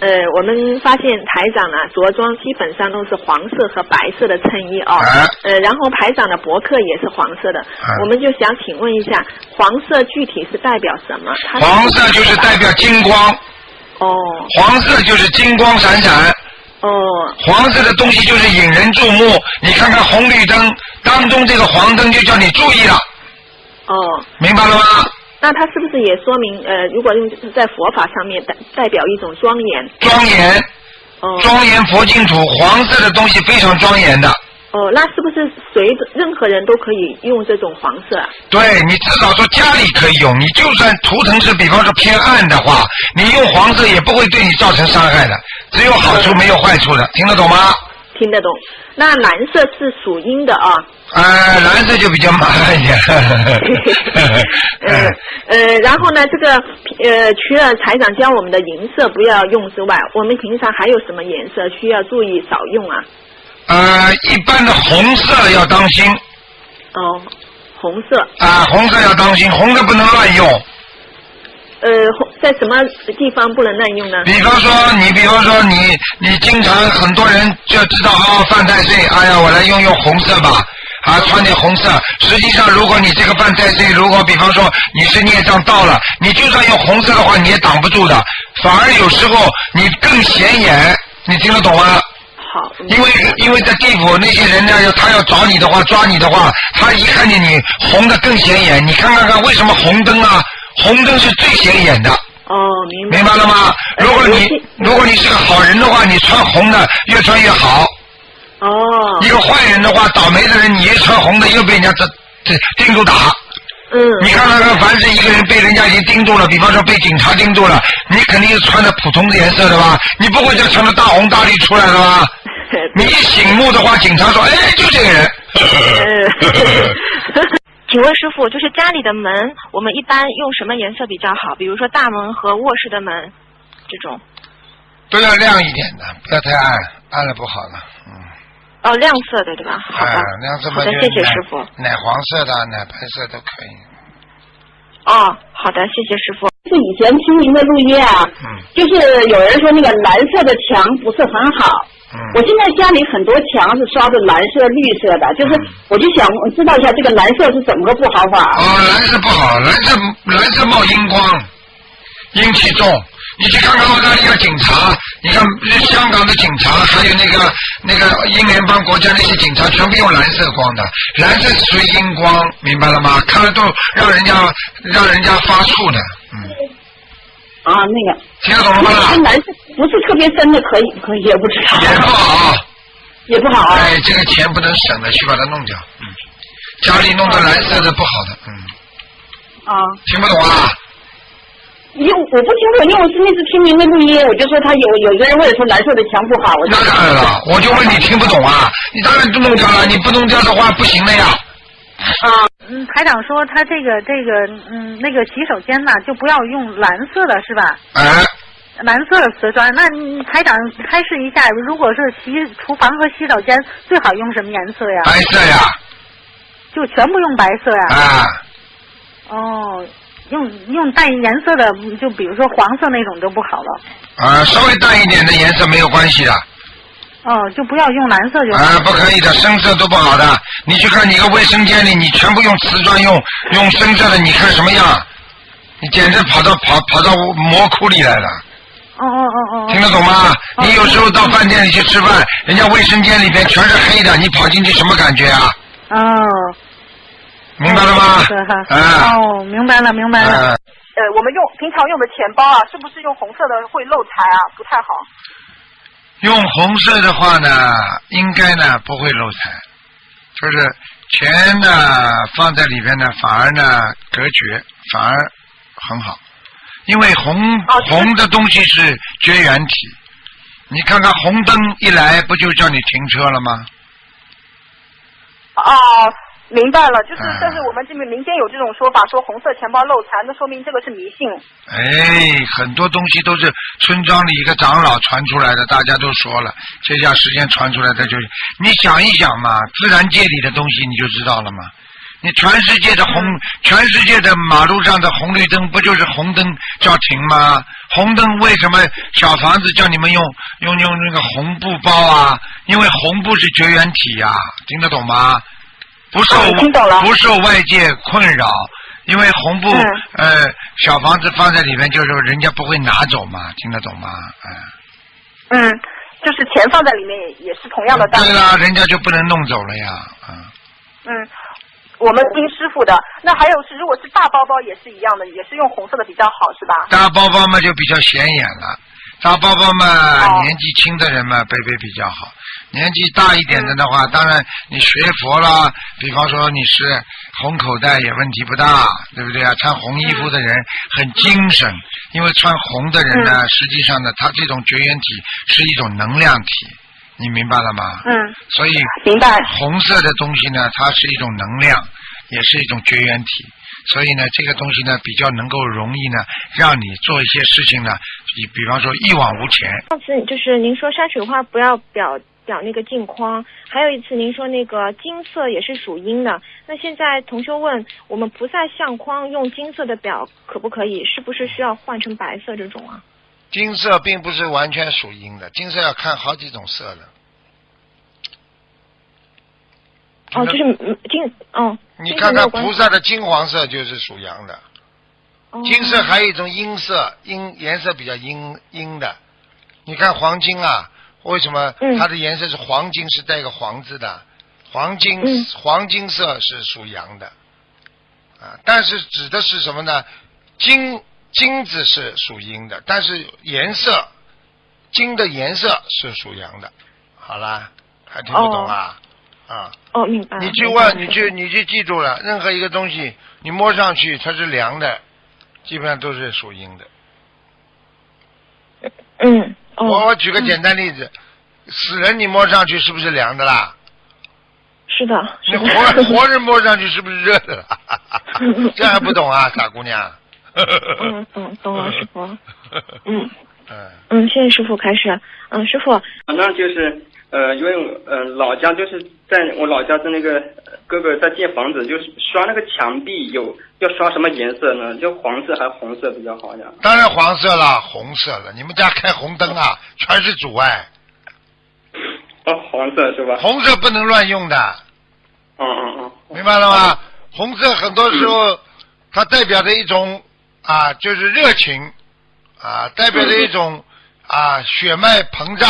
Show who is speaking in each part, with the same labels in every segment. Speaker 1: 呃，我们发现台长啊，着装基本上都是黄色和白色的衬衣哦。
Speaker 2: 啊
Speaker 1: 呃，然后台长的博客也是黄色的。我们就想请问一下，黄色具体是代表什么？它
Speaker 2: 黄色就是代表金光，
Speaker 1: 哦
Speaker 2: 黄色就是金光闪闪，
Speaker 1: 哦
Speaker 2: 黄色的东西就是引人注目。你看看红绿灯当中这个黄灯就叫你注意了，
Speaker 1: 哦，
Speaker 2: 明白了吗？
Speaker 1: 那它是不是也说明呃，如果用在佛法上面代代表一种庄严？
Speaker 2: 庄严，
Speaker 1: 哦
Speaker 2: 庄严佛净土，黄色的东西非常庄严的。
Speaker 1: 哦，那是不是谁任何人都可以用这种黄色啊？
Speaker 2: 对你至少说家里可以用，你就算图腾是比方说偏暗的话，你用黄色也不会对你造成伤害的，只有好处没有坏处的，听得懂吗？
Speaker 1: 听得懂？那蓝色是属阴的啊。
Speaker 2: 呃，蓝色就比较麻烦一点。
Speaker 1: 呃呃，然后呢，这个呃，除了台长教我们的银色不要用之外，我们平常还有什么颜色需要注意少用啊？
Speaker 2: 呃，一般的红色要当心
Speaker 1: 哦，红色，
Speaker 2: 啊、红色要当心，红色不能乱用。
Speaker 1: 呃，红在什么地方不能滥用呢？
Speaker 2: 比方说，你比方说你你经常很多人就知道哦，犯太岁，哎呀，我来用用红色吧，啊，穿点红色。实际上，如果你这个犯太岁，如果比方说你是孽障到了，你就算用红色的话，你也挡不住的，反而有时候你更显眼。你听得懂吗？
Speaker 1: 好，嗯
Speaker 2: 因为因为在地府那些人呢，要他要找你的话，抓你的话，他一看见你红的更显眼。你看看看，为什么红灯啊？红灯是最显眼的。
Speaker 1: 哦，明白
Speaker 2: 明白了吗？
Speaker 1: 呃
Speaker 2: 如果
Speaker 1: 我
Speaker 2: 你
Speaker 1: 记
Speaker 2: 如果你是个好人的话，你穿红的越穿越好；
Speaker 1: 哦
Speaker 2: 一，个坏人的话，倒霉的人你一穿红的又被人家这这盯住打。
Speaker 1: 嗯，
Speaker 2: 你看看看，凡是一个人被人家已经盯住了，比方说被警察盯住了，你肯定是穿的普通的颜色的吧？你不会再穿的大红大绿出来的吧？你一醒目的话，警察说：“哎，就这个人。
Speaker 1: 呃
Speaker 3: 请问师傅，就是家里的门，我们一般用什么颜色比较好？比如说大门和卧室的门这种。”
Speaker 2: 都要亮一点的，不要太暗，暗了不好了。嗯，
Speaker 3: 哦，亮色的对吧？好的
Speaker 2: 啊，，亮这么
Speaker 3: 好的
Speaker 2: 就，
Speaker 3: 谢谢
Speaker 2: 奶
Speaker 3: 师傅。
Speaker 2: 奶黄色的、奶白色都可以。
Speaker 3: 哦，好的，谢谢师傅。
Speaker 4: 就以前听您的录音啊，
Speaker 2: 嗯
Speaker 4: 就是有人说那个蓝色的墙不是很好。
Speaker 2: 嗯。
Speaker 4: 我现在家里很多墙是刷的蓝色、绿色的，就是我就想知道一下这个蓝色是怎么个不好法。啊
Speaker 2: 哦，蓝色不好，蓝色蓝色冒阴光，阴气重。你去看看澳大利亚警察，你看香港的警察，还有那个那个英联邦国家那些警察，全部用蓝色光的，蓝色属于阴光，明白了吗？看了都让人家让人家发怵的，嗯，
Speaker 4: 啊，那个，
Speaker 2: 听得懂了
Speaker 4: 那个
Speaker 2: 吗？
Speaker 4: 蓝色不是特别深的，可以可以也不知
Speaker 2: 也不
Speaker 4: 道，
Speaker 2: 好，
Speaker 4: 也不好啊。
Speaker 2: 哎，这个钱不能省的，去把它弄掉，嗯，家里弄个蓝色的不好的，嗯，
Speaker 4: 啊，
Speaker 2: 听不懂啊？
Speaker 4: 因为我不清楚，因为我是那次听您的录音，我就说他有有一个人问说蓝色的墙不好，我就
Speaker 2: 那当然了，我就问你听不懂啊？你当然弄掉了，你不弄掉的话不行的呀。
Speaker 4: 啊，
Speaker 5: 嗯，台长说他这个这个嗯那个洗手间呐，就不要用蓝色的是吧？
Speaker 2: 哎，
Speaker 5: 蓝色的瓷砖。那你台长开示一下，如果是洗厨房和洗手间，最好用什么颜色呀？
Speaker 2: 白色呀，
Speaker 5: 就全部用白色呀？
Speaker 2: 啊，
Speaker 5: 哦，用用带颜色的，就比如说黄色那种就不好了。
Speaker 2: 啊，稍微淡一点的颜色没有关系的，
Speaker 5: 哦，就不要用蓝色就好。
Speaker 2: 啊，不可以的，深色都不好的。你去看你个卫生间里，你全部用瓷砖，用用深色的，你看什么样？你简直跑到跑跑到魔窟里来了，
Speaker 5: 哦哦哦哦
Speaker 2: 听
Speaker 5: 哦。
Speaker 2: 得懂吗？你有时候到饭店里去吃饭，人家卫生间里边全是黑的，你跑进去什么感觉啊？
Speaker 5: 哦。
Speaker 2: 明白了吗
Speaker 5: 嗯是哈？。
Speaker 2: 啊，
Speaker 5: 哦，明白了，明白了。
Speaker 2: 啊。
Speaker 3: 呃，我们用平常用的钱包啊，是不是用红色的会漏财啊？不太好。
Speaker 2: 用红色的话呢，应该呢不会漏财，就是钱呢放在里边呢，反而呢隔绝，反而很好，因为红、
Speaker 3: 哦
Speaker 2: 红的东西是绝缘体。你看看红灯一来，不就叫你停车了吗？
Speaker 3: 哦，明白了，就是
Speaker 2: 嗯，
Speaker 3: 但是我们这边民间有这种说法，说红色钱包漏财，那说明这个是迷信。
Speaker 2: 哎，很多东西都是村庄里一个长老传出来的，大家都说了，这下时间传出来的就是，你想一想嘛，自然界里的东西你就知道了嘛。你全世界的红，全世界的马路上的红绿灯不就是红灯叫停吗？红灯为什么小房子叫你们用用用那个红布包啊？因为红布是绝缘体呀、听得懂吗？不受、
Speaker 6: 啊
Speaker 4: 嗯听懂了
Speaker 2: 不受外界困扰，因为红布、
Speaker 3: 嗯
Speaker 2: 呃小房子放在里面，就是人家不会拿走嘛，听得懂吗？嗯。
Speaker 6: 嗯，就是钱放在里面也也是同样的道理
Speaker 2: 对。啦，人家就不能弄走了呀，嗯。
Speaker 6: 嗯，我们听师傅的。那还有是，如果是大包包也是一样的，也是用红色的比较好，是吧？
Speaker 2: 大包包嘛就比较显眼了，大包包嘛、
Speaker 6: 哦
Speaker 2: 年纪轻的人嘛背背比较好，年纪大一点的的话，当然你学佛啦，比方说你是红口袋也问题不大，对不对啊？穿红衣服的人很精神，因为穿红的人呢，实际上呢，他这种绝缘体是一种能量体，你明白了吗？
Speaker 6: 嗯，
Speaker 2: 所以
Speaker 6: 明白。
Speaker 2: 红色的东西呢，它是一种能量，也是一种绝缘体，所以呢，这个东西呢比较能够容易呢，让你做一些事情呢，比比方说一往无前，
Speaker 7: 上次就是您说山水画不要裱裱那个镜框，还有一次您说那个金色也是属阴的。那现在同修问，我们菩萨相框用金色的裱可不可以？是不是需要换成白色这种啊？
Speaker 2: 金色并不是完全属阴的，金色要看好几种色的。
Speaker 7: 哦，就是嗯金，嗯，
Speaker 2: 你
Speaker 7: 金色
Speaker 2: 看看
Speaker 7: 没有关
Speaker 2: 菩
Speaker 7: 系。
Speaker 2: 萨的金黄色就是属阳的，
Speaker 7: 哦
Speaker 2: 金色还有一种阴色，阴颜色比较阴阴的。你看黄金啊，为什么
Speaker 7: 嗯
Speaker 2: 它的颜色是黄金，是带一个黄字的？黄金、
Speaker 7: 嗯
Speaker 2: 黄金色是属阳的，啊，但是指的是什么呢？金金子是属阴的，但是颜色金的颜色是属阳的。好啦，还听不懂啊？啊，
Speaker 7: 哦，明白了。
Speaker 2: 你去
Speaker 7: 明白了
Speaker 2: 问，你去，你去记住了，任何一个东西，你摸上去它是凉的，基本上都是属阴的。
Speaker 7: 嗯，哦，
Speaker 2: 我我举个简单例子，死人你摸上去是不是凉的啦？
Speaker 7: 是的，
Speaker 2: 你
Speaker 7: 是
Speaker 2: 活 人
Speaker 7: 的。
Speaker 2: 活人摸上去是不是热的啦？ 这还不懂啊，傻姑娘。
Speaker 7: 嗯嗯，懂了，师 傅。嗯
Speaker 2: 嗯，
Speaker 7: 嗯，谢谢师傅，开始。嗯，师傅，
Speaker 8: 反正就是呃，因为呃老家就是在我老家在那个呃哥哥在建房子，就是刷那个墙壁有要刷什么颜色呢？就黄色还是红色比较好呀？
Speaker 2: 当然黄色啦，红色了。你们家开红灯啊，全是阻碍，
Speaker 8: 哦，黄色是吧？
Speaker 2: 红色不能乱用的。
Speaker 8: 嗯嗯嗯，
Speaker 2: 明白了吗？红色很多时候它代表着一种啊，就是热情啊，代表着一种啊血脉膨胀，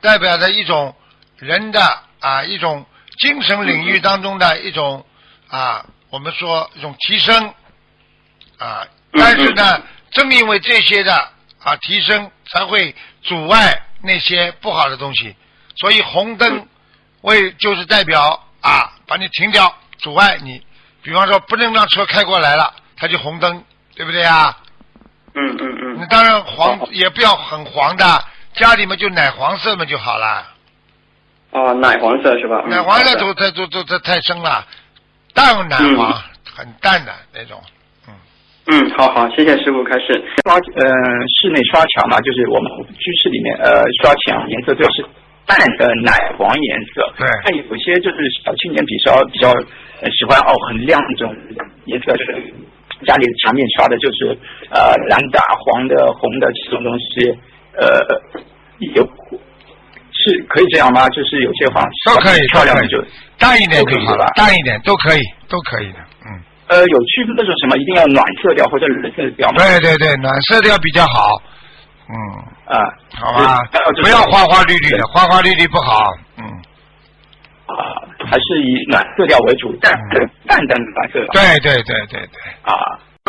Speaker 2: 代表着一种人的啊一种精神领域当中的一种啊，我们说一种提升啊，但是呢，正因为这些的啊提升，才会阻碍那些不好的东西，所以红灯。为就是代表啊，把你停掉，阻碍你。比方说，不能让车开过来了，它就红灯，对不对啊？
Speaker 8: 嗯嗯
Speaker 2: 你
Speaker 8: 嗯，
Speaker 2: 当然黄也不要很黄的，家里面就奶黄色嘛就好了。
Speaker 8: 哦，奶黄色是吧？嗯
Speaker 2: 奶黄色
Speaker 8: 好
Speaker 2: 都
Speaker 8: 的
Speaker 2: 都都都太深了，淡奶黄很淡的那种。
Speaker 8: 嗯，好好，谢谢师傅，开始。
Speaker 9: 刷呃室内刷墙嘛，就是我们居室里面呃刷墙颜色都是淡的奶黄颜色。
Speaker 2: 对
Speaker 9: 但有些就是小青年比较比较、呃、喜欢哦很亮这种颜色，就是家里的墙面刷的就是呃蓝的、黄的、红的这种东西，呃有是可以这样吗？就是有些黄
Speaker 2: 都可以，
Speaker 9: 漂亮
Speaker 2: 都
Speaker 9: 的
Speaker 2: 可以
Speaker 9: 就。
Speaker 2: 淡一点就好
Speaker 9: 都可以
Speaker 2: 了
Speaker 9: 吧，
Speaker 2: 淡一点都可以，都可以的。嗯，
Speaker 9: 呃有区分那种什么一定要暖色调或者冷色调吗？
Speaker 2: 对对对，暖色调比较好。嗯，
Speaker 9: 啊、
Speaker 2: 好吧
Speaker 9: 对还有，就是
Speaker 2: 不要花花绿绿的，花花绿绿不好。嗯。
Speaker 9: 啊，还是以暖色调为主，淡的淡淡的暖色调
Speaker 2: 对对对对对，
Speaker 9: 啊。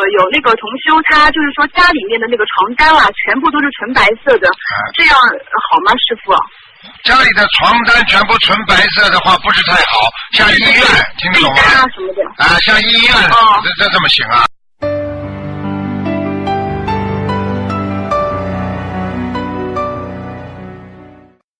Speaker 6: 呃，有那个同修，他就是说家里面的那个床单啊，全部都是纯白色的，这样呃好吗，师傅？
Speaker 2: 家里的床单全部纯白色的话不是太好，像医院听得
Speaker 6: 被
Speaker 2: 懂吗
Speaker 6: 哎单？啊什么的。
Speaker 2: 啊，像医院
Speaker 6: 哦，
Speaker 2: 这这怎么行啊？